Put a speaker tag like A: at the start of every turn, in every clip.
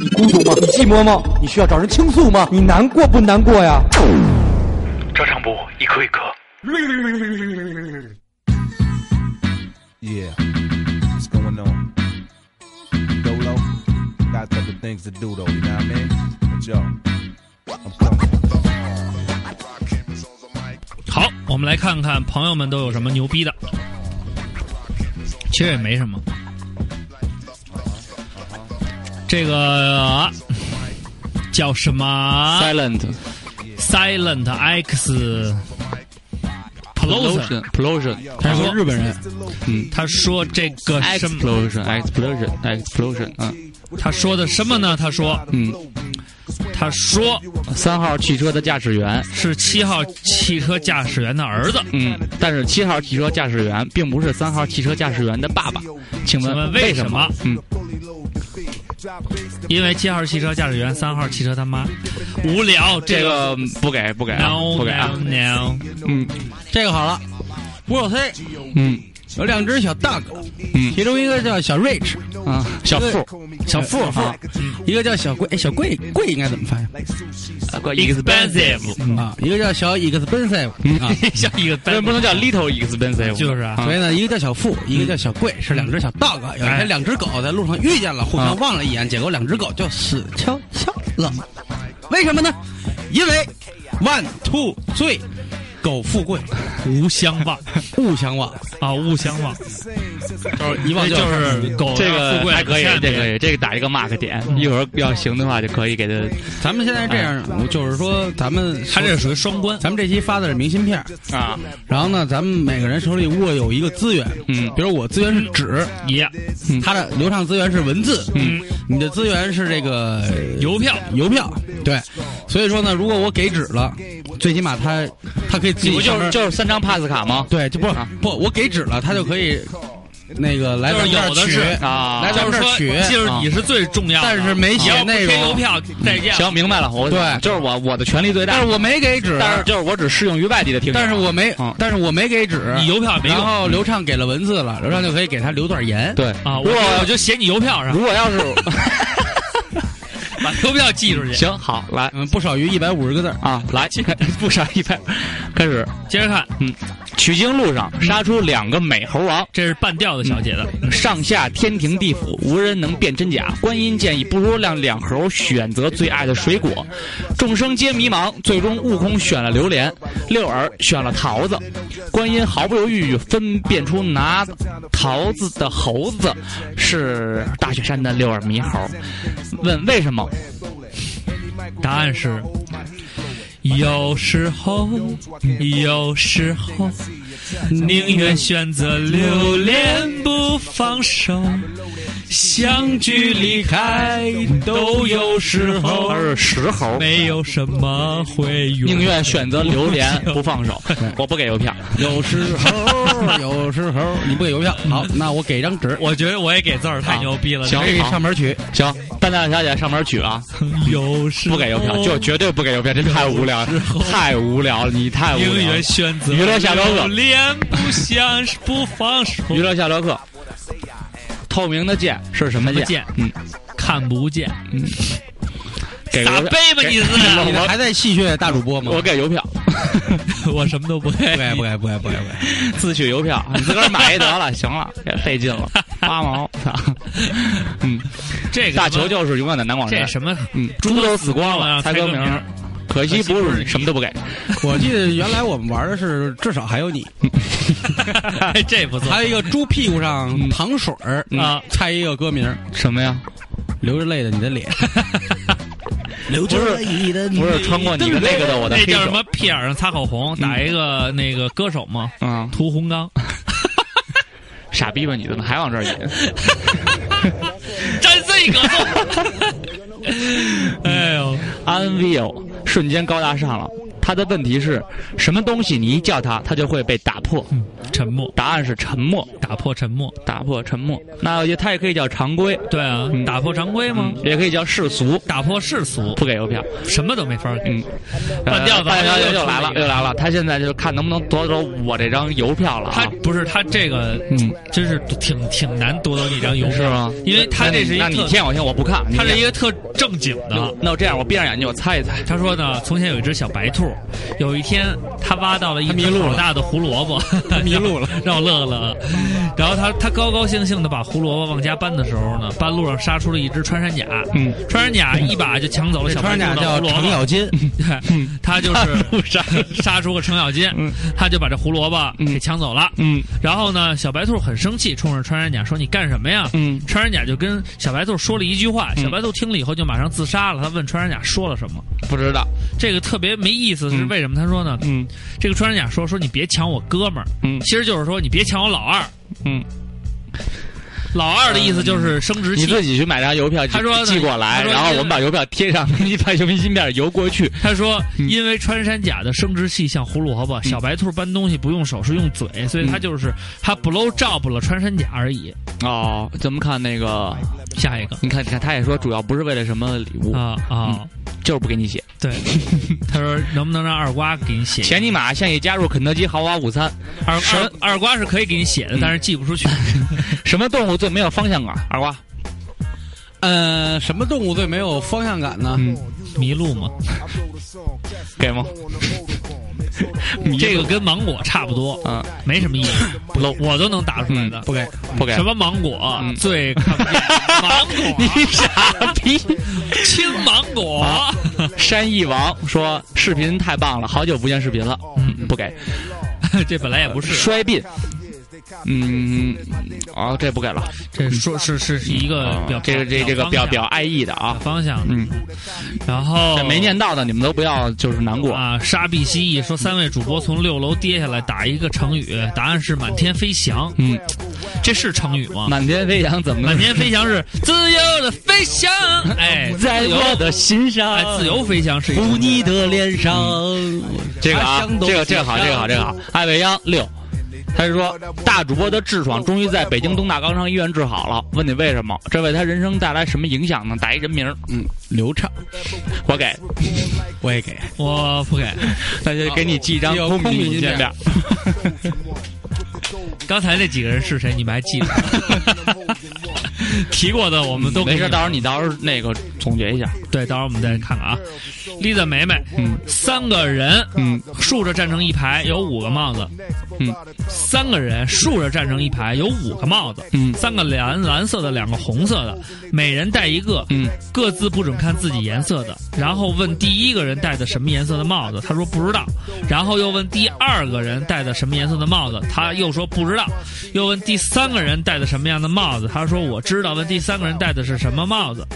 A: 你孤独吗？你寂寞吗？你需要找人倾诉吗？你难过不难过呀？
B: 照常不误，一颗一颗。
C: Yeah, what's going on? Dolo, got a couple things to do though, you know what I mean? But yo, I'm coming.
D: 好，我们来看看朋友们都有什么牛逼的。其实也没什么。这个叫什么
E: Silent
D: ？Silent X Plosion。
E: Explosion，
D: 他
E: 是
D: 说
E: 个日本人，嗯
D: 他说这个什么？
E: ，Explosion，Explosion，Explosion 啊，
D: 他说的什么呢？他说，
E: 嗯，
D: 他说
E: 三号汽车的驾驶员，
D: 是七号汽车驾驶员的儿子。
E: 嗯，但是七号汽车驾驶员并不是三号汽车驾驶员的爸爸，请
D: 请
E: 问
D: 问为
E: 什
D: 什么
E: 嗯，
D: 因为七号汽车驾驶员，三号汽车他妈无聊。
E: 这
D: 这
E: 个不给，不给啊，
D: no
E: 不给啊
D: no，no，
E: 嗯
F: 这个好了，五手 C
E: 嗯
F: 有两只小 dog，
E: 嗯
F: 其中一个叫小 Rich，
E: 啊，小付
F: 小富啊，
D: 嗯
F: 一个叫小贵，哎，小贵贵应该怎么翻译
D: ，expensive，
F: 啊？一个叫小 expensive 啊，
D: 像一个
E: 但是不能叫 little expensive，
D: 就是嗯 啊
F: 所以呢，一个叫小富，一个叫小贵，是两只小 dog。有一
D: 哎
F: 天，两只狗在路上遇见了，互
E: 啊
F: 相望了一眼，结果两只狗就死翘翘了。为什么呢？因为 one two three，狗富 贵，
D: 无相忘
F: 勿相忘。
D: 啊，勿相忘，
F: 就是一望
D: 这就是狗啊
E: 这个
D: 富贵
E: 还可以
D: 欠，
E: 这
D: 扁
E: 个可以，这个打一个 mark 点，一会儿要行的话就可以给他
F: 咱们现在这样，我就是说，咱们
D: 哎他这属于双关，
F: 咱们这期发的是明信片，
E: 啊，
F: 然后呢，咱们每个人手里握有一个资源，
E: 嗯
F: 比如我资源是纸，
D: 一
F: 他的流畅资源是文字，
D: 嗯，
F: 你的资源是这个呃
D: 邮票
F: 邮票，对，所以说呢，如果我给纸了，最起码他他可以自
E: 你
F: 己
E: 不就
F: 上面
E: 是就是三张 pass 卡吗？
F: 对，就不
E: 啊
F: 不，我给纸了，他就可以那个来
D: 就是
F: 咱们这儿
D: 有的是
F: 取
E: 啊
F: 来咱
D: 就
F: 们
D: 是
F: 这
D: 说
F: 儿取，，
D: 就是你是最重要的，
F: 但是没
D: 你
F: 写
D: 要不
F: 内
D: 贴邮
F: 容，
D: 票，再见。
E: 行，明白了，我
F: 对
E: 就是我我的权利最大
F: 但，是我没给纸，
E: 但是就是我只适用于外地的听众，
F: 但是我没
E: 啊，
F: 但是我没给纸，
D: 你邮票也没
F: 然
D: 用
F: 后刘畅给了文字了，刘畅就可以给他留段言，
E: 对
D: 啊，
E: 如
D: 我
E: 果
D: 我就写你邮票上，
E: 如果要是
D: 把邮票寄出去。
E: 行好来
F: 嗯，不少于一百五十个字儿。
E: 啊来， 不少一百，开始嗯
D: 接着看，
E: 取经路上杀出两个美猴王。
D: 这是半吊子小姐的，
E: 上下天庭地府，无人能辨真假。观音建议，不如让两猴选择最爱的水果。众生皆迷茫，最终悟空选了榴莲，六耳选了桃子。观音毫不犹豫分辨出拿桃子的猴子是大雪山的六耳猕猴，问为什么？
D: 答案是。有时候，有时候，宁愿选择留恋不放手，相聚离开都有时候
E: 他，是石猴，
D: 没有什么会永
E: 宁愿选择榴 莲不放手。我不给邮票，
F: 有时候，有时候你不给邮票，好，那我给一张纸，
D: 我觉得我也给字儿太牛逼了。
E: 啊行
F: 可以
E: 好
F: 上门取。
E: 行，蛋蛋小姐上门 取啊。
D: 有时
E: 不给邮
D: 哦
E: 票，就绝对不给邮票，这太无聊了，太无聊了，你太无
D: 宁
E: 聊了
D: 愿。选择
E: 娱乐下楼
D: 留
E: 了
D: 恋不想不放 手，
E: 娱乐夏洛克，透明的剑是什么
D: 什么
E: 剑
D: 剑？
E: 嗯，
D: 看不见，
E: 给
D: 打
E: 邮票
D: 背吧
E: 给
D: 你是
F: 你
E: 我
F: 还在戏谑大主播吗？
E: 我给邮票，
D: 我什么都不会
F: 不。该，不该，不该，不该，不该。
E: 自取邮票，你自个儿买一得了，行了，别费劲了，八毛。操嗯，
D: 这个
E: 大
D: 什么
E: 球就是永远的南广
D: 这
E: 人。
D: 什么
E: 嗯，猪都死光
D: 啊
E: 了，才
D: 才
E: 革
D: 革
E: 名
D: 命。
E: 可惜不是什 么都不给，
F: 我记得原来我们玩的是至少还有你，
E: 嗯
D: 哎 这不错
F: 还有一个猪屁股上淌水儿
E: 嗯
D: 啊！
F: 猜一个歌名，
E: 什么呀？
F: 流着泪的你 的脸，流着泪的
E: 不是穿过你的那个的我的
D: 那
E: 黑
D: 叫什
E: 手
D: 么？屁眼上擦口红，打一个那个歌手嘛，
E: 啊，
D: 屠洪刚，
E: 傻逼吧你？怎么还往这儿引？
D: 占这个。哎呦，哎
E: 安 v i o 瞬间高大上了。他他的问题是什么东西你一叫它，它就会被打破。
D: 嗯，沉默，
E: 答案是沉默，
D: 打破沉默。
E: 打破沉默。那也它也可以叫常规，
D: 对啊，
E: 嗯
D: 打破常规吗？
E: 也可以叫世俗，
D: 打破世俗，
E: 不给邮票。
D: 什么都没法儿给。
E: 嗯，
D: 半吊子
E: 半吊子又来了，
D: 又出了一个
E: 又来了。他现在就看能不能夺走我这张邮票了
D: 他
E: 啊？
D: 不是他这个，
E: 嗯，
D: 真是挺挺难夺走你张邮票
E: 是吗？
D: 因为他这是一
E: 那
D: 个特
E: 你那你，骗我听，我不看。
D: 他
E: 你
D: 是一个
E: 骗
D: 特正经的
E: 我。那我这样，我闭上眼睛，我猜一猜。
D: 他说呢，从前有一只小白兔，有一天他挖到了一
E: 迷
D: 只
E: 路了
D: 好大的胡萝卜，
E: 迷路了
D: 让我乐了。然后他他高高兴兴的把胡萝卜往家搬的时候呢，半路上杀出了一只穿山甲，
E: 嗯
D: 穿山甲一把就抢走了小白
F: 穿
D: 兔的胡
F: 上甲叫
D: 萝
F: 程咬
D: 卜，
F: 金，
D: 对，他就是
E: 杀
D: 杀出个程咬金，他就把这胡萝卜给抢走了。
E: 嗯
D: 然后呢，小白兔很生气，冲着穿山甲说：“你干什么呀？”
E: 嗯
D: 穿山甲就跟小白兔说了一句话，小白兔听了以后就马上自杀了。他问穿山甲说了什么，
E: 不知道。
D: 这个特别没意思，是为什么？他说呢，
E: 嗯
D: 这个穿山甲说说你别抢我哥们儿，
E: 嗯
D: 其实就是说你别抢我老二。
E: 嗯，
D: 老二的意思就是生殖
E: 你
D: 器。
E: 自己去买张邮票寄，
D: 他说呢
E: 寄过来，
D: 他说
E: 然后
D: 因为
E: 我们把邮票贴上， 你把邮明信片邮过去。
D: 他说，
E: 嗯
D: 因为穿山甲的生殖器像胡萝卜，小白兔搬东西不用手是用嘴，
E: 嗯
D: 所以它就是它 blow job 了穿山甲而已。
E: 哦，咱们看那个，
D: 下一个
E: 你看，你看，他也说主要不是为了什么礼物，
D: 啊啊
E: 嗯，就是不给你写。
D: 对，他说能不能让二瓜给你写一个？
E: 前尼玛现已加入肯德基豪华午餐。
D: 二
E: 什
D: 二二瓜是可以给你写的，
E: 嗯
D: 但是寄不出 去。
E: 什么动物最没有方向感？二瓜，
F: 呃，什么动物最没有方向感呢？
E: 嗯
D: 迷路嘛，
E: 给 吗？
D: 这个跟芒果差不多，
E: 啊，嗯
D: 没什么意思，我都能答出来的。
E: 不给，不给
D: 什。么芒果
E: 嗯
D: 最看不见？芒果，
E: 你傻逼！
D: 青芒果。
E: 山一王说：“视频太棒了，好久不见视频了。”嗯，不给。
D: 这本来也不是，
E: 衰鬓，嗯，哦，这不给了。
D: 这说是是是一个
E: 啊
D: 表，
E: 这个这这个表表爱意的
D: 表
E: 啊，
D: 方向的。
E: 嗯，
D: 然后
E: 这没念到的你们都不要，就是难过。
D: 哦啊，沙碧蜥蜴说三位主播从六楼跌下来，打一个成语，答案是满天飞翔。
E: 嗯，
D: 这是成语吗？
E: 满天飞翔怎么
D: 满天 飞翔是自由的飞翔，哎，
E: 在
D: 自由
E: 我的心上？
D: 哎，自由飞翔是一
F: 污
D: 种。
F: 泥的脸上，
E: 这个啊
F: 家乡，都
E: 这个这个好，这个好，这个好。艾未央六，他是说大主播的痔疮终于在北京东大肛肠医院治好了。问你为什么？这为他人生带来什么影响呢？打一人名儿，
F: 嗯，流畅，
E: 我给，
F: 我也给。
D: 我不给。
E: 那就给你寄一张
D: 哦
F: 有
E: 空
F: 空
E: 明
F: 明
E: 信
F: 信
E: 片
F: 片。
D: 刚才那几个人是谁？你们还记得吗？ 提过的我们都
E: 没事，到时
D: 到
E: 候你到时候那个总结一下。
D: 对，到时候我们再看看啊。Lisa 梅梅，嗯，三个人，嗯，竖着站成一排，有五个帽子，
E: 嗯，
D: 三个人竖着站成一排，有五个帽子，
E: 嗯
D: 三个蓝蓝色的，两个红色的，每人戴一个，
E: 嗯，
D: 各自不准看自己颜色的，然后问第一个人戴的什么颜色的帽子，他说不知道，然后又问第二个人戴的什么颜色的帽子，他又说不知道，又问第三个人戴的什么样的帽子，他说我知道，问第三个人戴的是什么帽子。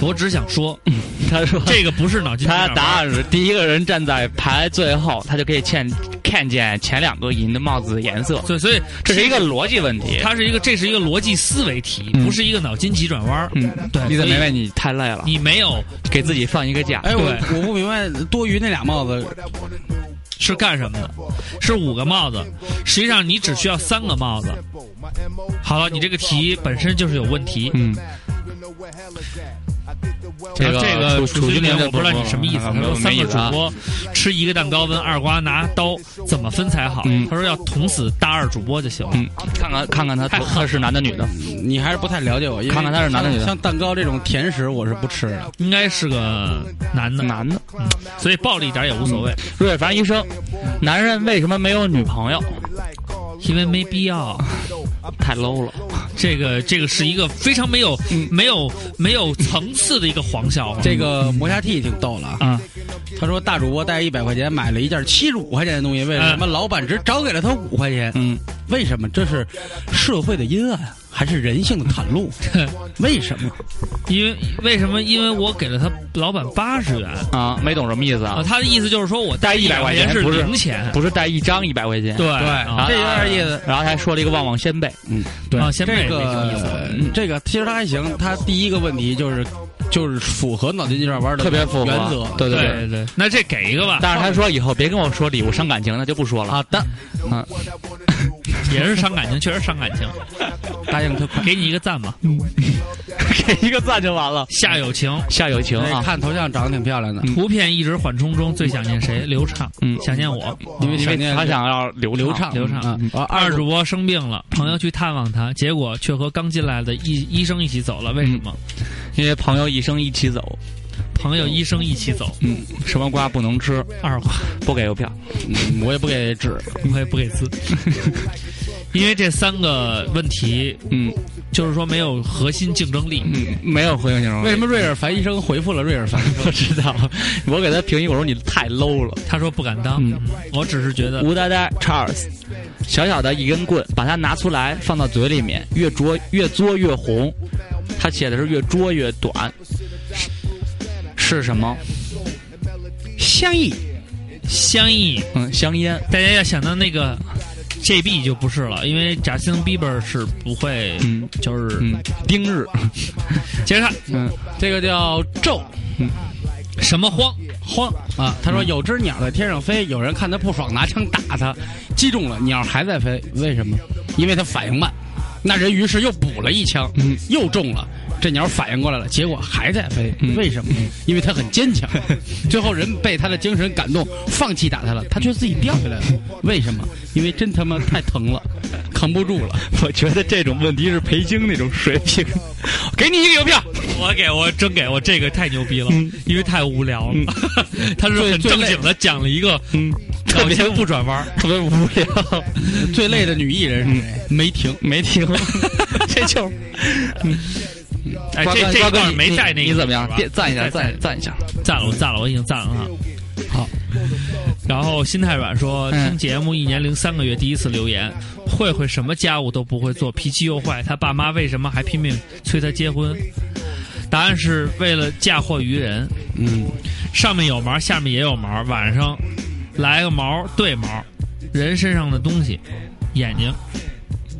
D: 我只想说，
E: 他说
D: 这个不是脑筋急 转
E: 他
D: 弯
E: 答案是第一个人站在排最后，他就可以看看见前两个银的帽子的颜色。
D: 对，所以
E: 这是一个逻辑问题。
D: 它是一个，这是一个逻辑思维题，
E: 嗯
D: 不是一个脑筋急转弯儿。
E: 嗯，
D: 对，
E: 李子
D: 所以
E: 梅梅，你太累了，
D: 你没有
E: 给自己放一个假。
F: 哎，我
D: 对
F: 我不明白多余那俩帽子，
D: 是干什么的？是五个帽子，实际上你只需要三个帽子。好了，你这个题本身就是有问题。
E: 嗯，这
D: 然后
E: 个
D: 啊这个
E: 楚
D: 楚
E: 楚
D: 徐
E: 军
D: 林，
E: 就
D: 我不知道你什么意思。
E: 啊
D: 他
E: 没
D: 说
E: 有没
D: 三个
E: 意思
D: 主
E: 啊
D: 播吃一个蛋糕，问二瓜拿刀怎么分才好
E: 嗯。
D: 他说要捅死大二主播就行了。
E: 嗯，看看看看他他是男的女的，
F: 嗯你还是不太了解我。因为
E: 看看他是男的女的
F: 像像蛋糕这种甜食，我是不吃的。
D: 应该是个男的，
E: 男的。嗯
D: 所以暴力一点也无所谓，
E: 瑞凡医生，男人为什么没有女朋友？
D: 因为没必要。
E: 太 low 了。
D: 这个这个是一个非常没有、
E: 嗯
D: 没有没有层次的一个黄笑话。
F: 这个磨砂 T 挺逗了啊！
E: 嗯
D: 啊，
F: 他说大主播带一百块钱买了一件七十五块钱的东西，为什么老板只找给了他五块钱？
E: 嗯，
F: 为什么？这是社会的阴暗，还是人性的袒 露？为什么？
D: 因为为什么？因为我给了他老板八十元
E: 啊，没懂什么意思
D: 啊，
E: 啊？
D: 他的意思就是说我
E: 带一百块钱
D: 钱是
E: 不是
D: 零钱，
E: 不是带一张一百块钱。
D: 对
E: 啊，
D: 啊，
F: 这有点意思。
E: 然后还说了一个旺旺仙贝。
F: 嗯，
D: 啊，先
F: 这
E: 呃
D: 辈没什么意
F: 个
E: 嗯
D: 思。
F: 这个其实他还行，他第一个问题就是就是符合脑筋急转弯的
E: 特别符合
F: 原则。
E: 对对
D: 对对，那这给一个吧，
E: 但是他说以后别跟我说礼物伤感情，那就不说了。
F: 好的，
E: 嗯，
D: 也是伤感情，确实伤感情，
F: 答应他快。
D: 给你一个赞吧。
E: 给一个赞就完 了。
D: 夏有晴，
E: 夏有晴
F: 哎
E: 啊，
F: 看头像长得挺漂亮的，
D: 图片一直缓冲中，最想念谁？刘畅，
E: 嗯
D: 想念我，
F: 因为
E: 因为他想要流嗯
F: 流畅
D: 流畅
F: 啊。啊
D: 二主播生病了，朋友去探望他，结果却和刚进来的医医生一起走了。为什么？
E: 嗯因为朋友一生一起走，
D: 朋友医生一起走。
E: 嗯，什么瓜不能吃，
D: 二话，
E: 不给邮票。
F: 嗯我也不给纸，
D: 我也不给撕，因为这三个问题
E: 嗯
D: 就是说没有核心竞争力。
E: 嗯，没有回应形容。
F: 为什么瑞尔凡医生回复了瑞尔凡医
E: 不
F: 生？
E: 知 道？我给他评语，我说你太 low 了。
D: 他说不敢当，
E: 嗯
D: 我只是觉得
E: 吴呆呆 Charles，小小的一根棍，把它拿出来放到嘴里面，越啄越嘬越红。他写的是越啄越短，是是什么？
F: 相异
D: 相异，
E: 嗯，香烟。
D: 大家要想到那个 JB 就不是了，因为贾斯汀 Bieber 是不会，
E: 嗯
D: 就是、
E: 嗯，丁日。
D: 接着看
E: 嗯，
F: 这个叫咒
D: 什么慌，
F: 慌啊。
E: 嗯
F: 他说有只鸟在天上飞，有人看它不爽，拿枪打它，击中了，鸟还在飞，为什么？因为它反应慢。那人于是又补了一枪，
E: 嗯
F: 又中了。这鸟反应过来了，结果还在飞，为什么？因为它很坚强。嗯 最后人被他的精神感动，放弃打他了，他却自己掉下来了，为什么？因为真他妈太疼了，扛不住了。
E: 我觉得这种问题是裴京那种水平。给你一个邮票。
D: 我给我真给我这个太牛逼了，
F: 嗯
D: 因为太无聊了， 他是很
F: 最
D: 正经的讲了一个
E: 嗯，特
D: 脑
E: 别
D: 筋不转弯儿，
E: 特别无 聊，
F: 最累的女艺人是
D: 嗯
F: 谁？梅婷。
E: 没听。 这就是
D: 哎，
E: 瓜
D: 这这
E: 哥瓜
D: 一
E: 哥
D: 段
E: 你
D: 没
E: 你
D: 带那个，
E: 你怎么样
D: 是吧？
E: 点赞一下，
D: 再
E: 赞赞一下。
D: 赞了，我赞了，我已经赞了啊。好，然后心太软说
E: 嗯
D: 听节目一年零三个月第一次留言，慧慧什么家务都不会做，脾气又坏，她爸妈为什么还拼命催她结婚？答案是为了嫁祸于人。
F: 嗯，
D: 上面有毛，下面也有毛，晚上来个毛对毛，人身上的东西，眼睛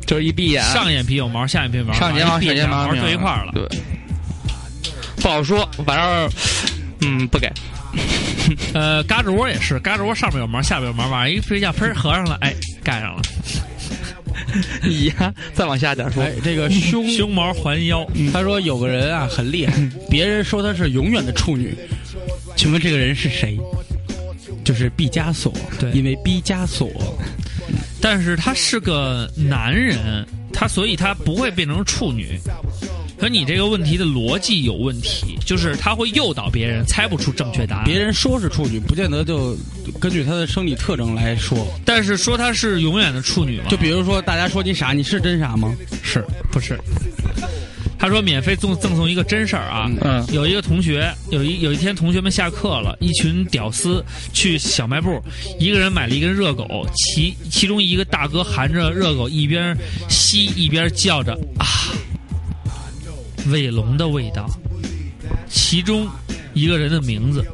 E: 就是一闭眼，
D: 上眼皮有毛，下眼皮有毛，
E: 上睫毛、
D: 一闭
E: 下睫毛
D: 眼毛对一块儿了。
E: 对，不好说，反正嗯 不给。
D: 呃，嘎吱窝也是，嘎吱窝上面有毛，下面有毛，晚上一睡觉，砰合上了，哎，盖上了。
E: 你呀，再往下点说，
F: 哎，这个胸
D: 胸毛环腰，
F: 他说有个人啊很厉害，别人说他是永远的处女，请问这个人是谁？就是毕加索，
D: 对
F: 因为毕加索，
D: 但是他是个男人，他所以他不会变成处女。可你这个问题的逻辑有问题，就是他会诱导别人猜不出正确答案。
F: 别，人说是处女，不见得就根据他的生理特征来说。
D: 但是说她是永远的处女吗？
F: 就比如说，大家说你傻，你是真傻吗？
D: 是不是？他说免费赠赠送一个真事儿啊，
E: 嗯
D: 有一个同学，有一有一天同学们下课了，一群屌丝去小卖部，一个人买了一根热狗，其其中一个大哥含着热狗一边吸一边叫着啊，卫龙的味道，其中一个人的名字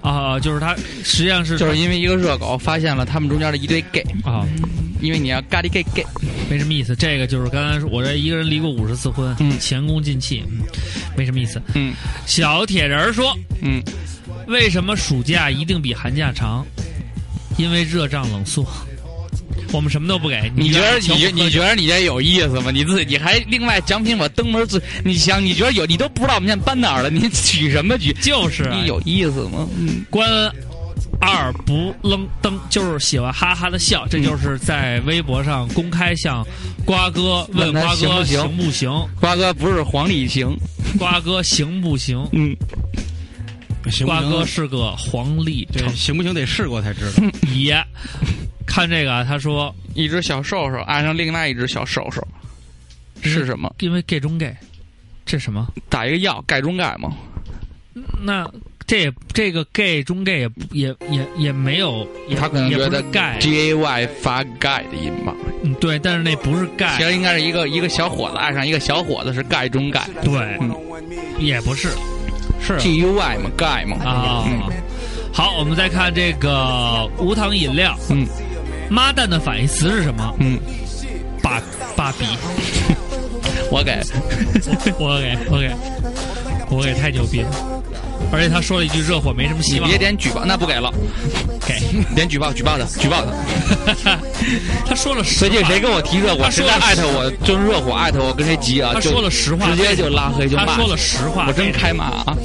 D: 啊，就是他实际上是
E: 就是因为一个热狗发现了他们中间的一对 gay，
D: 啊，
E: 因为你要咖喱 gay gay，
D: 没什么意思。这个就是刚才说我这一个人离过五十次婚，
E: 嗯
D: 前功尽弃，嗯没什么意思。
E: 嗯
D: 小铁人儿说
E: 嗯，：“
D: 为什么暑假一定比寒假长？因为热胀冷缩。我们什么都不给，
E: 你觉得
D: 请
E: 你
D: 我喝
E: 你觉得你这有意思吗？你自己还另外奖品我登门自，你想你觉得有你都不知道我们现在搬哪儿了，你举什么举？
D: 就是啊
E: 你有意思吗？嗯，
D: 关二不愣登，就是喜欢哈哈的笑，这
E: 嗯
D: 就是在微博上公开向瓜哥问
E: 问他
D: 瓜哥
E: 行不行
D: 不行，
E: 瓜哥不是黄立行，
D: 瓜哥行不行？
E: 嗯，
F: 行不啊
D: 瓜
F: 行？
D: 哥是个黄历
F: 对，行不行得试过才知道。
D: 爷。看这个啊，他说
E: 一只小兽兽爱上另外一只小兽兽，是什么？
D: 因为 gay 中 gay，这什么？
E: 打一个药盖中盖吗？
D: 那这也这个 gay 中 gay 也不也也也没有，也
E: 他可能
D: 也
E: 觉
D: 不
E: 得
D: 是 gay，
E: G A Y 发盖的音吧，
D: 嗯对，但是那不是 gay，
E: 其实应该是一个一个小伙子爱上一个小伙子是盖中盖
D: 对，
E: 嗯
D: 也不是
F: 是
E: ，G U Y 嘛盖嘛
D: 啊。好，我们再看这个无糖饮料，
E: 嗯
D: 妈蛋的反义词是什么？
E: 嗯，
D: 爸爸比， 嗯
E: 我给
D: 我给我给。我给太牛逼了。而且他说了一句热火没什么
E: 你
D: 希望
E: 别，点举报，那不给了，
D: 给。
E: 点举报，举报他，举报他。
D: 他说了实
E: 最近
D: 话，
E: 谁跟我提热火，
D: 他
E: 谁
D: 说
E: 在
D: 了
E: 艾特我，就是热火艾特我跟谁急啊？
D: 他
E: 就
D: 说了实话
E: 直接就拉黑就骂。
D: 他说了实话
E: 我真开骂啊！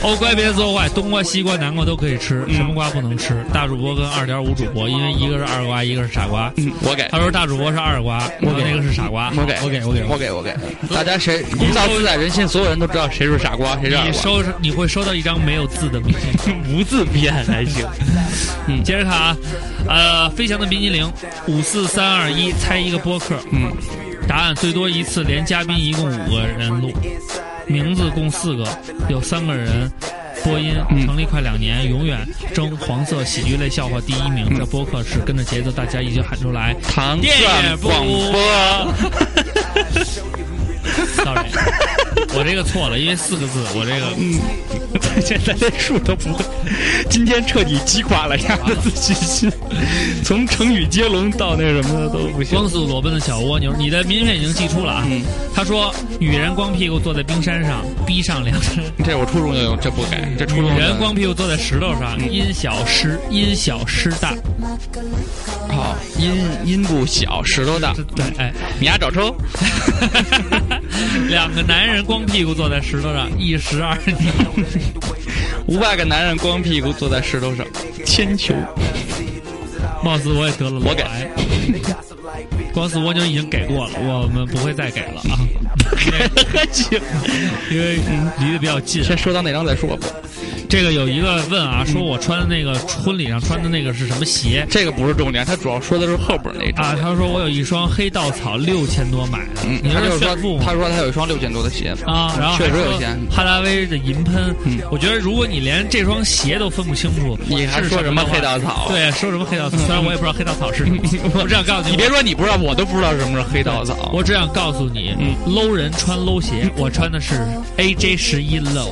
D: 哦，乖，别做坏，冬瓜、西瓜、南瓜都可以吃，
E: 嗯
D: 什么瓜不能吃？大主播跟二点五主播，因为一个是二瓜，一个是傻瓜。
E: 嗯我给，
D: 他说大主播是二瓜，然后那个是傻瓜。
E: 我给，
D: 我给，我给，
E: 我给，我给。大家谁公道自在人心，所有人都知道谁是傻瓜，谁是二
D: 你
E: 瓜。
D: 收你会收到一张没有字的明信片， 无字编还行。嗯，接着看啊，呃，飞翔的冰激凌，五四三二一，猜一个播客。嗯，答案最多一次，连嘉宾一共五个人录，名字共四个，有三个人。播音
E: 嗯
D: 成立快两年，永远争黄色喜剧类笑话第一名。
E: 嗯
D: 这播客是跟着节奏，大家一起喊出来。
E: 唐
D: 电影
E: 蒜
D: 不
E: 广播，
D: sorry，我这个错了，因为四个字，我这个
E: 现在连数都不会。今天彻底击垮了丫的自信心，从成语接龙到那什么的都不行。
D: 光速裸奔的小蜗牛，你的明信片已经寄出了啊。他说，女人光屁股坐在冰山上，逼上梁山；
E: 这我初中就有，这不给，这初
D: 女
E: 中就有
D: 人光屁股坐在石头上，因小失因小失大。
E: 好，音音不小，石头大
D: 这，对，哎，
E: 你丫找抽。
D: 两个男人光屁股坐在石头上，一石二鸟。
E: 五百个男人光屁股坐在石头上，铅 球。
D: 貌似我也得了
E: 我给
D: 楼癌。光速蜗牛已经给过了，我们不会再给了啊，
E: 行，
D: 因为离得比较近。
E: 先说到那张再说吧。
D: 这个有一个问啊，说我穿的那个婚礼上穿的那个是什么鞋？
E: 这个不是重点，他主要说的是后边那
D: 啊，
E: 张。
D: 他说我有一双黑稻草六千多买的，
E: 嗯，
D: 你
E: 他就是
D: 炫富
E: 说，
D: 吗
E: 他？说他有一双六千多的鞋
D: 啊，然后还
E: 确实
D: 说
E: 有钱。嗯
D: 哈达威的银喷，我觉得如果你连这双鞋都分不清楚，
E: 你还
D: 是
E: 说什
D: 什
E: 么
D: 的话
E: 黑稻草啊
D: 对，说什么黑稻草？虽然我也不知道黑稻草是什 么，我只想告诉
E: 你
D: 你，
E: 别说你不知道，我都不知道什么是黑稻草。
D: 我只想告诉你，low
E: 嗯
D: 人穿 low 鞋，我穿的是 AJ 十一 low。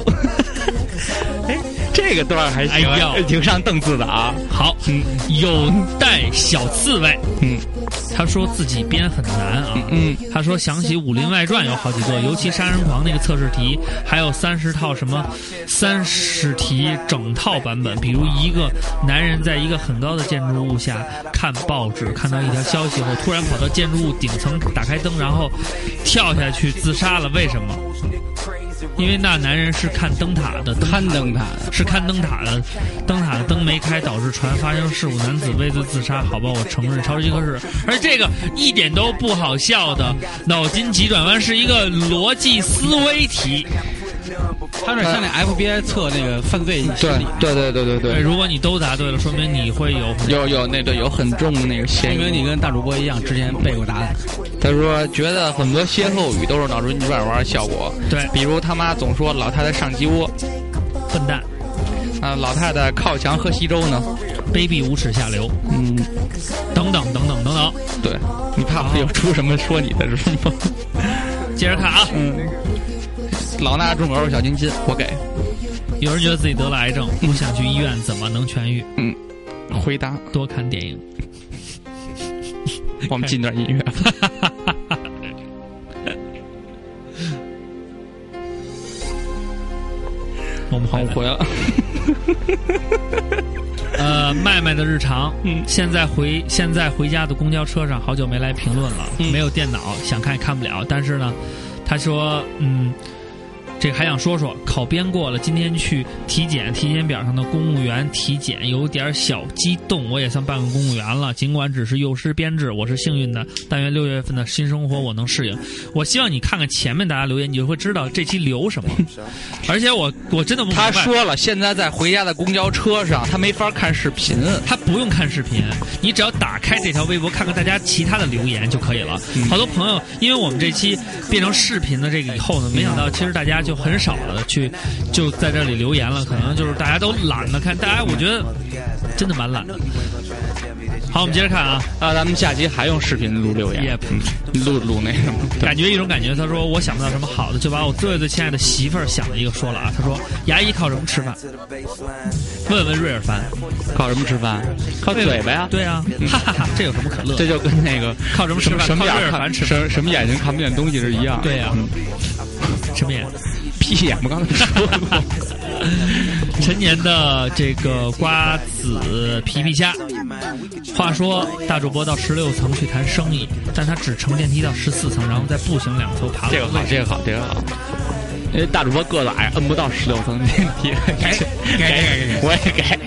E: 哎这个段还
D: 行啊
E: 挺上档次的啊。
D: 好，有带小刺猬。
E: 嗯，
D: 他说自己编很难啊。
E: 嗯，
D: 他说想起《武林外传》有好几个，尤其杀人狂那个测试题，还有三十套什么三十题整套版本。比如一个男人在一个很高的建筑物下看报纸，看到一条消息后，突然跑到建筑物顶层打开灯，然后跳下去自杀了。为什么？因为那男人是看灯塔的，灯塔
F: 攀登他，
D: 是看灯塔的，灯塔的灯没开导致船发生事故，男子畏罪自杀。好吧，我承认超级科室，而这个一点都不好笑的脑筋急转弯是一个逻辑思维题。
F: 他有点像那 FBI 测那个犯罪哎心
E: 对
F: 理，
E: 对对对对
D: 对，
E: 对，
D: 如果你都答对了，说明你会有
E: 有有那个有很重的那个
F: 说
E: 嫌疑
F: 明。你跟大主播一样，之前背过答案。
E: 他说觉得很多歇后语都是脑筋急转弯效果，
D: 对
E: 比如他妈总说老太太上鸡窝，
D: 笨蛋
E: 啊，老太太靠墙喝稀粥呢。
D: 卑鄙无耻下流
E: 嗯，
D: 等等等等等等。
E: 对，你怕我又出什么说你的是 吗？
D: 接着看啊，
E: 老衲中狗小金金，我给。
D: 有人觉得自己得了癌症，不想去医院，怎么能痊愈？
E: 回答，
D: 多看电影。
E: 我们进段音乐。
D: 我们
E: 好，
D: 回
E: 我
D: 来
E: 回了。
D: 呃，麦麦的日常，嗯，现在回现在回家的公交车上，好久没来评论了，没有电脑，想看也看不了。但是呢，他说，嗯，这还想说说，考编过了，今天去体检，体检表上的公务员体检有点小激动，我也算半个公务员了。尽管只是幼师编制，我是幸运的，但愿六月份的新生活我能适应。我希望你看看前面大家留言，你就会知道这期留 什么。而且我我真的不明白
E: 啊他说了，现在在回家的公交车上，他没 法看视频。
D: 他不用看视频，你只要打开这条微博，看看大家其他的留言就可以了。好多朋友，因为我们这期变成视频的这个以后呢，没想到其实大家就很少的去就在这里留言了，可能就是大家都懒得看，大家我觉得真的蛮懒的。好，我们接着看啊，
E: 啊，咱们下期还用视频录留言
D: Yep
E: 嗯录录那什么？对，
D: 感觉一种感觉，他说我想不到什么好的，就把我最最亲爱的媳妇儿想了一个说了啊，他说牙医靠什么吃饭？问问瑞尔凡，
E: 靠什么吃饭？靠嘴巴呀。嗯
D: 对啊， 哈哈哈，这有什么可乐的？
E: 这就跟那个
D: 靠什么吃饭啊
E: 什么
D: 靠
E: 眼
D: 瑞
E: 儿
D: 尔
E: 看
D: 凡吃
E: 什什么眼睛看不见东西是一样的。
D: 对呀
E: 嗯
D: 什么眼？
E: 屁眼，我刚才说过。
D: 陈年的这个瓜子皮皮虾。话说大主播到十六层去谈生意，但他只乘电梯到十四层，然后再步行两层爬楼。
E: 这个好，这个好，这个好。因为大主播个子矮，摁不到十六层 电梯。改
D: 哎改改改
E: 我也改。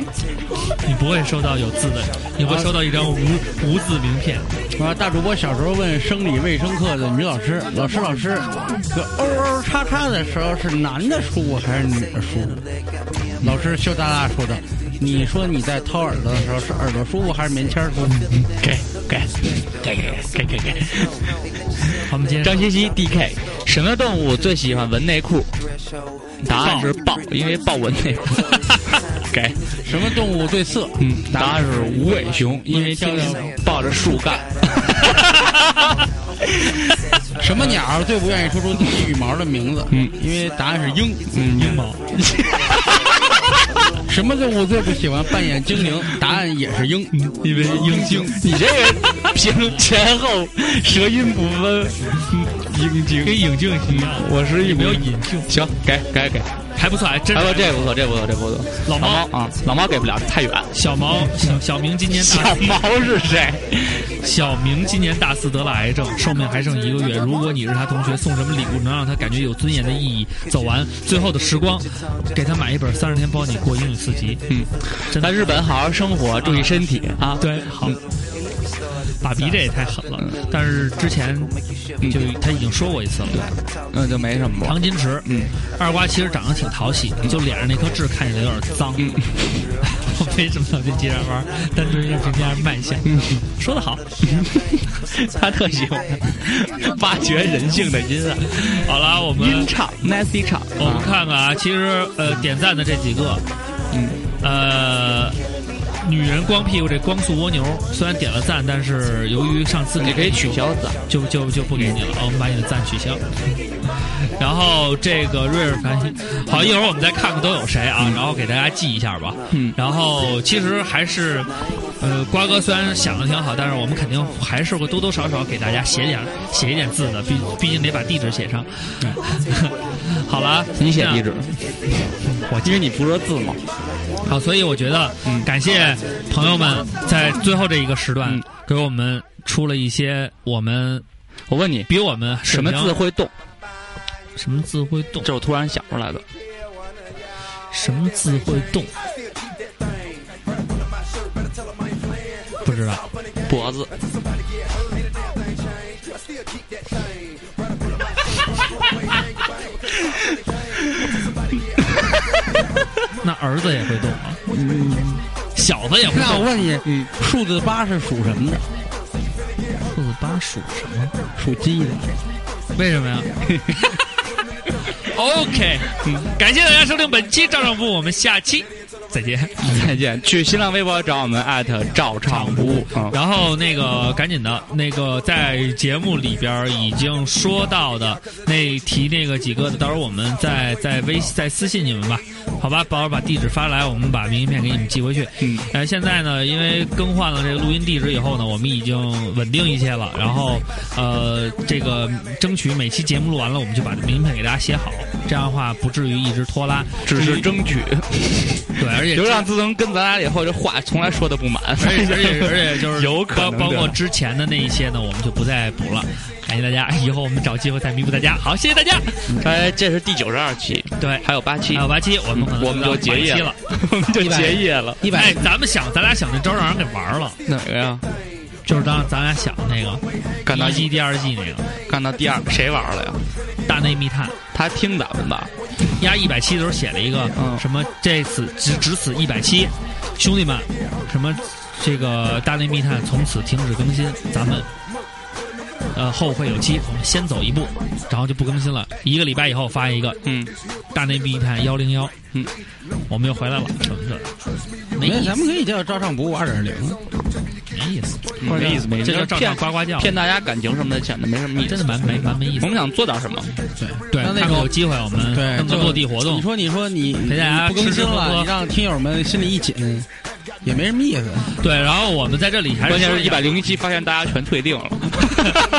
D: 你不会收到有字的，你会收到一张无无字名片。
F: 啊，大主播小时候问生理卫生课的女老师，老师老师，这嗷嗷叉叉的时候是男的输还是女的输？老师羞答答说的，你说你在掏耳朵的时候是耳朵舒服还是棉签儿舒服？
E: 改改改改改改。
D: 好，我们接着
E: 张西西 DK，什么动物最喜欢闻内裤？答案是豹，因为豹闻内裤。 改。
F: 什么动物最色？嗯
E: 嗯，答案是无尾熊，因为天天抱着树 干。
F: 什么鸟最不愿意说出自己羽毛的名字？嗯，因为答案是鹰。嗯，
D: 英毛，
F: 什么动物最不喜欢扮演精灵？答案也是鹰。
D: 嗯因为英精。嗯
E: 你这个平前后舌音不分，英
D: 跟
E: 精。
D: 影镜一样，
E: 我是一
D: 有没有
E: 名
D: 引镜？
E: 行，改改改。
D: 还不错，还真
E: 哎
D: 是
E: 不，这个不错，这个不错，这个不错。
D: 老猫
E: 猫啊，老猫给不了，太远。
D: 小毛小小明今年大
E: 小
D: 四，
E: 猫是谁？
D: 小明今年大四得了癌症，寿命还剩一个月。如果你是他同学，送什么礼物能让他感觉有尊严的意义？走完最后的时光，给他买一本《三十天包你过英语四级》。
E: 嗯，
D: 真
E: 在
D: 的
E: 日本好好生活，注意身体啊。
D: 对，好。爸比这也太狠了，
E: 嗯
D: 但是之前就他已经说过一次了。
E: 那就没什么了。
D: 唐金池，
E: 嗯，
D: 二瓜其实长得挺讨喜，就脸上那颗痣看起来有点脏。
E: 嗯，
D: 我没什么想去街上玩，单纯是评价卖 相。嗯，说得好，
E: 他特喜 欢挖掘人性的阴暗。
D: 好了，我们
E: 阴唱，Nancy 唱。
D: 我们看看啊，其实呃，点赞的这几个，嗯，呃，女人光屁股这光速蜗牛，虽然点了赞，但是由于上次
E: 你可以
D: 给
E: 取消赞，
D: 就就就不给你了，我们把你的赞取消。 然后这个瑞瑞凡，好，一会儿我们再看看都有谁啊，然后给大家记一下吧。
E: 嗯
D: 然后其实还是，呃，瓜哥虽然想的挺好，但是我们肯定还是会多多少少给大家写点写一点字的，毕毕竟得把地址写上。 好了，
E: 你嗯写
D: 那
E: 地址，
D: 我
E: 因为你不说字嘛。
D: 好，所以我觉得，感谢朋友们在最后这一个时段
E: 嗯
D: 给我们出了一些我们
E: 我问你，
D: 比我们
E: 什么
D: 水平
E: 字会动？
D: 什么字会动
E: 这，是我突然想出来的。
D: 什么字会动，不知道。
E: 脖子，
D: 那儿子也会动啊，小子也会
F: 那我
D: 动。
F: 问你，
D: 嗯
F: 数字八是属什么的？
D: 数字八属什么？
F: 属鸡的。
D: 为什么 呀 ？OK，感
E: 嗯
D: 谢大家收听本期《照常不误》，我们下期再见。
E: 再见。去新浪微博找我们艾特照唱不误。嗯
D: 然后那个赶紧的，那个在节目里边儿已经说到的那提那个几个的，到时候我们再再微再私信你们吧，好吧？到时候把地址发来，我们把明信片给你们寄回去。
E: 嗯，
D: 呃，现在呢，因为更换了这个录音地址以后呢，我们已经稳定一些了。然后呃，这个争取每期节目录完了，我们就把明信片给大家写好，这样的话不至于一直拖拉。
E: 只是争 取。
D: 对，而且
E: 刘亮自从跟咱俩以后，这话从来说的不 满。
D: 而且而且而且就是
E: 有可能
D: 包包括
E: 的
D: 之前的那一些呢，我们就不再补了。感谢大家，以后我们找机会再弥补大家。好，谢谢大家。
E: 哎，这是第九十二期，
D: 对，
E: 还有八期
D: 还有，八期，我们可能
E: 我们就结业
D: 到百期
E: 了
D: 了。，
E: 我们就结业了。
F: 一百
D: 哎，咱们想，咱俩想那招让人给玩了，
E: 哪个呀？
D: 就是当咱俩想那个
E: 干到
D: 第一季、第二季那个
E: 干到第二，谁玩了呀？
D: 《大内密探》，
E: 他听咱们的，
D: 压一百期的时候写了一个
E: 嗯
D: 什么，这次只只此一百期，兄弟们，什么这个《大内密探》从此停止更新，咱们。呃，后会有期，我们先走一步，然后就不更新了。一个礼拜以后发一个，
E: 嗯，
D: 大内密探幺零幺，
E: 嗯，
D: 我们又回来了，怎么着？没
F: 没，
D: 意
F: 咱
D: 思，
F: 们可以叫照唱不误二点零。
D: 没意思，
E: 嗯没意思，没意思。
D: 这叫照
E: 骗
D: 常呱呱叫，
E: 骗大家感情什么的，显得没什么意
D: 真
E: 思
D: 的。蛮没蛮没意
E: 我
D: 思。
E: 们想做点什么？
D: 对，
F: 那那
D: 看看
F: 个
D: 有机会我们
F: 对，
D: 弄个
F: 就
D: 嗯落地活动
F: 你，说，你说你
D: 陪大家
F: 你不更
D: 吃
F: 新
D: 吃喝喝
F: 了，你让听友们心里一紧，也没什么意思。
D: 对，然后我们在这里还是
E: 关键
D: 说
E: 是一
D: 下
E: 百零一期，发现大家全退订了。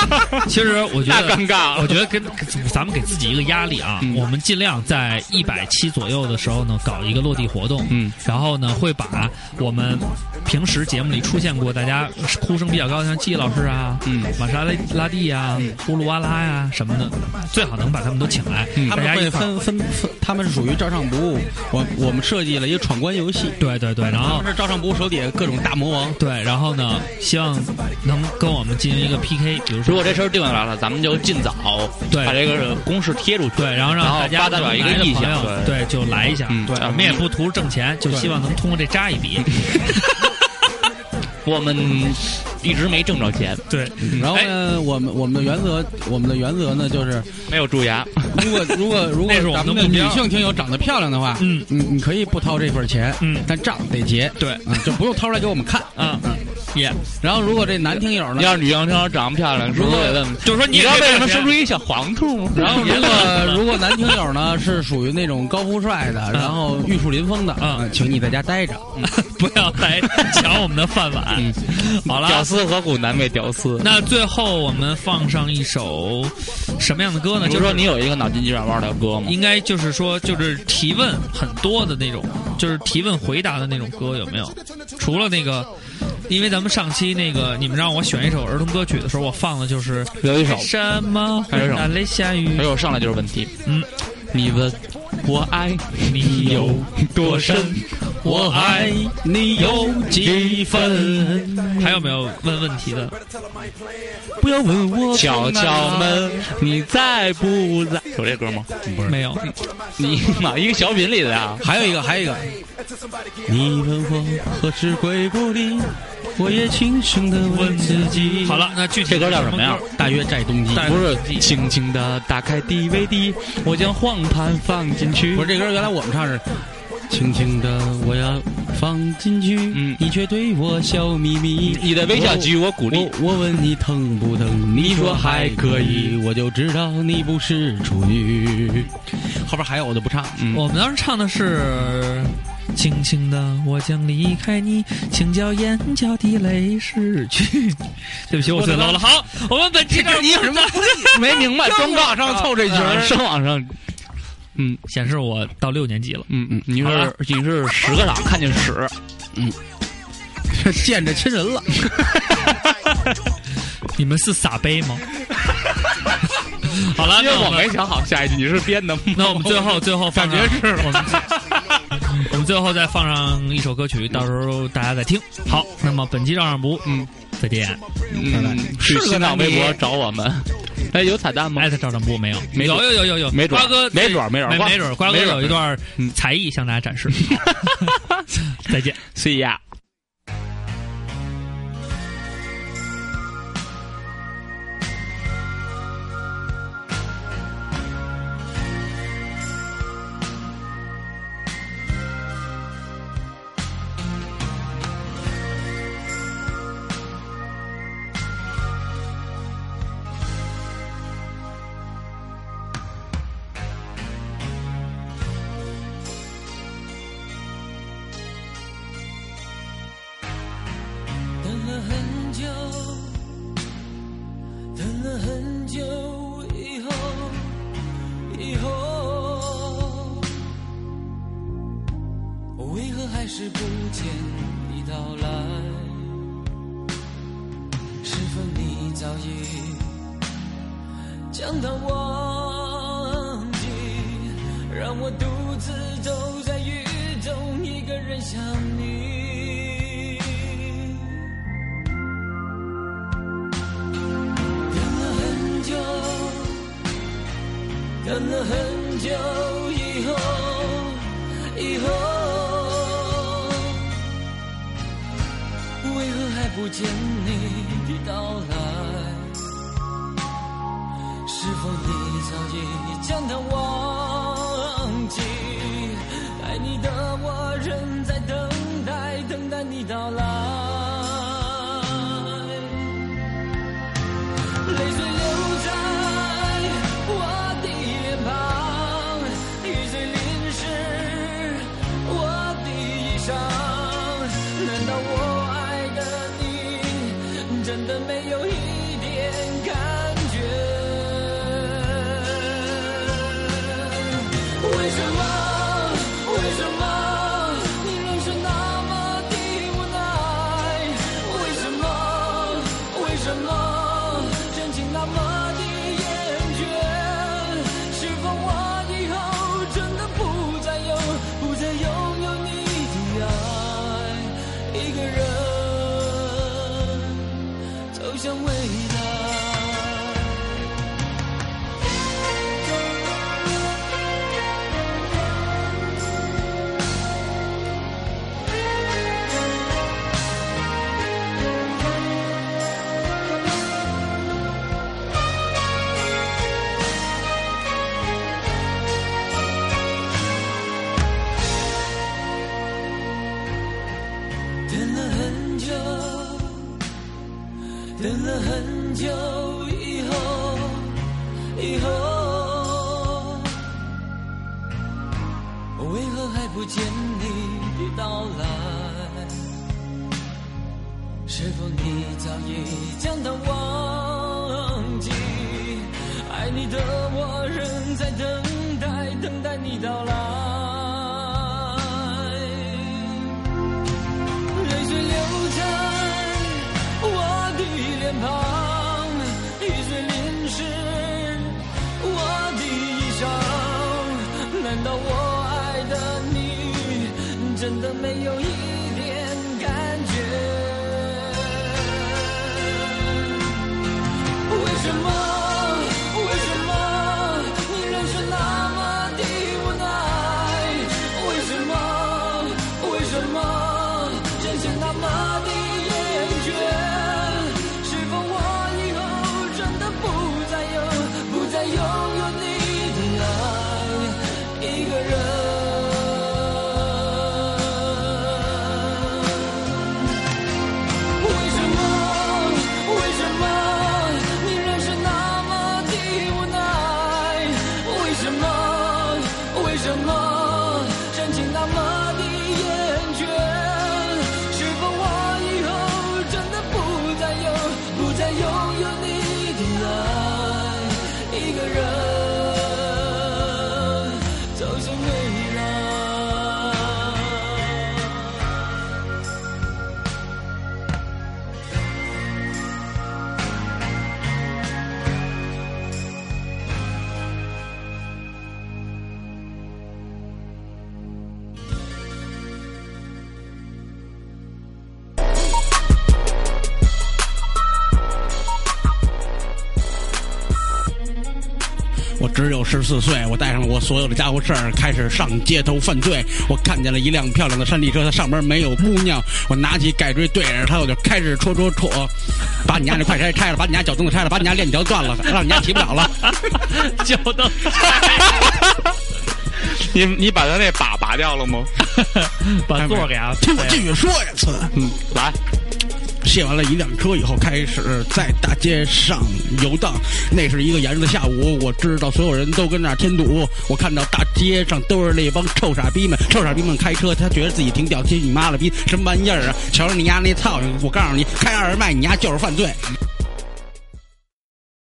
D: 其实我觉
E: 那
D: 得
E: 尴尬了嗯
D: 我觉得跟跟咱们给自己一个压力啊，我们尽量在一百期左右的时候呢，搞一个落地活动，
E: 嗯，
D: 然后呢，会把我们平时节目里出现过大家呼声比较高的，像季老师啊，
E: 嗯
D: 玛莎拉拉蒂啊，呼噜哇啦呀、什么的，最好能把他们都请来，
F: 他
E: 嗯
D: 大
F: 们
D: 家一
F: 会
D: 块儿。
F: 分分分，他们是属于照唱不误。我我们设计了一个闯关游戏，
D: 对对对，然后
F: 他们是照唱不误手底下各种大魔王。
D: 对，然后呢，希望能跟我们进行一个 PK，比如说
E: 如果这事儿定下来了，咱们就尽早
D: 对
E: 把这个公式贴出去，
D: 对，然后让大家
E: 发代表一个
D: 能来的
E: 意
D: 朋
E: 向
D: 友，
E: 对，
D: 对，就来一下。
E: 嗯
D: 对，
E: 对
D: 我们也不图挣钱，就希望能通过这扎一笔。
E: 我们一直没挣着钱，
D: 对，
E: 嗯
F: 然后
D: 哎
F: 呢，我们我们的原则，我们的原则呢就是，
E: 没有 蛀牙，
F: 如果如果如果
D: 那是我
F: 咱
D: 们的
F: 们的
D: 目
F: 女
D: 标
F: 性听友长得漂亮的话，
D: 嗯
F: 你你可以不掏这份钱，
D: 嗯
F: 但账得结，
D: 对
F: 嗯，就不用掏出来给我们看。
D: 啊，也
F: 然后如果这男听友 呢
E: 你，要是女生要长得漂亮，
F: 如果
E: 是不是得问
D: 就是说你
E: 你知道
D: 也没
E: 为什么
D: 挣
E: 生
D: 钱
E: 出一小黄兔吗？
F: 然后
D: 你也
F: 如
D: 懒
F: 果
D: 得
F: 如果男听友呢是属于那种高富帅的，然后玉树临风的，
D: 嗯
F: 嗯，请你在家待着。
D: 不要来抢我们的饭碗。嗯
E: 嗯
D: 好
E: 屌
D: 了。
E: 丝何苦难为屌丝？
D: 那最后我们放上一首什么样的歌呢？
E: 你
D: 就
E: 不
D: 是
E: 说你有一个脑筋急转弯的歌吗？
D: 应该就是说，就是提问很多的那种，就是提问回答的那种歌有没有？除了那个，因为咱们上期那个你们让我选一首儿童歌曲的时候，我放的就是
E: 有一首
D: 为什么会
E: 还有一首
D: 打雷下雨
E: 还？有上来就是问题，
D: 嗯，
E: 你问我爱你有多深？
D: 我爱
F: 你
D: 有
F: 几分？
D: 还有没有问问题的？
F: 不要问我
E: 敲敲门，你在不在？有这歌吗？
D: 没有。
E: 你妈一个小品里的呀！
F: 还有一个，还有一个，你问我何时归故里，我也轻声的问自己。
D: 好，了，那具体
E: 这歌叫什么呀
D: 歌？
F: 大约在冬季。
E: 不是，轻轻的打开 DVD，我将黄盘放进去
F: 不。是这歌，原来我们唱是。轻轻的，我要放进去，
E: 嗯
F: 你却对我笑眯眯。
E: 你的微笑给予我鼓励
F: 我。我问你疼不疼？你说还可以，我就知道你不是处女。后边还有我就不唱，
E: 嗯
D: 我们当时唱的是。轻轻的，我将离开你，请叫眼角的泪逝去。 对不起，我最 low 了。好，我们本期这你有什么？
E: 没明白，
F: 真往上凑这
E: 局
F: 局儿
E: 生往上，
D: 显示我到六年级了。
E: 嗯嗯，你
D: 好
E: 是
D: 了
E: 你是十个掌看见屎，
F: 见着亲人了。
D: 你们是傻杯吗？好了，
E: 因为
D: 那
E: 我
D: 我
E: 没
D: 们
E: 想好下一句你是编的吗，
D: 那我们最后最后放
E: 感觉
D: 上
E: 是
D: 我们我们最后再放上一首歌曲，到时候大家再听。好，那么本期照样不误，
E: 嗯，
D: 再见。
E: 嗯，去
F: 是个
E: 新浪
F: 难
E: 微
F: 题
E: 博找我们。哎，有彩蛋吗
D: 艾？特照常部没有？
E: 没准
D: 有有有有有，
E: 没准
D: 瓜哥
E: 没准没准
D: 没
E: 瓜
D: 没准，瓜哥
E: 没准嗯
D: 有一段才艺向大家展示。 再 见。
E: See ya。
G: 等了很久，等了很久以后，以后，为何还是不见你到来？是否你早已将它忘记，让我独自走在雨中，一个人想你。等了很久，等了很久以后，以后，为何还不见你的到来？是否你早已将它忘记？爱你的我仍在等待，等待你到来。泪水流在我的眼旁，雨水淋湿我的衣裳。难道我爱的你真的没有一点什么？为什么你仍是那么的无奈？为什么？为什么真情那么的厌倦？是否我以后真的不再有，不再拥有你的爱？一个人走向未来。等了很久，等了很久以后，以后，为何还不见你的到来？是否你早已将它忘记？爱你的我仍在等待，等待你到来。泪水流在我的脸庞，雨水淋湿我的衣裳。难道我爱的你真的没有一点感觉？为什么？为什么你仍是那么的无奈？为什么？为什么真情那么的厌倦？是否我以后真的不再有，不再拥有你的爱？一个人。为什么？为什么你仍是那么的无奈？为什么？为什么真情那么的厌倦？是否我以后真的不再有，不再拥有你的爱？一个人走向未来。
F: 我只有十四岁，我带上我所有的家伙事儿，开始上街头犯罪。我看见了一辆漂亮的山地车，它上边没有姑娘。我拿起改锥对着它，我就开始戳戳戳，把你家那快拆拆了，把你家脚蹬子拆了，把你家链条断了，让你家骑不了了。
D: 脚蹬，
E: 你你把他那把拔掉了吗？
D: 把座给 啊，
F: 听我继续说呀，次。嗯，
E: 来，
F: 卸完了一辆车以后，开始在大街上游荡。那是一个炎热的下午，我知道所有人都跟那儿添堵。我看到大街上都是那帮臭傻逼们，臭傻逼们开车，他觉得自己挺屌，去你妈了逼，什么玩意儿啊？瞧着你丫那操性，我告诉你，开二麦你丫就是犯罪。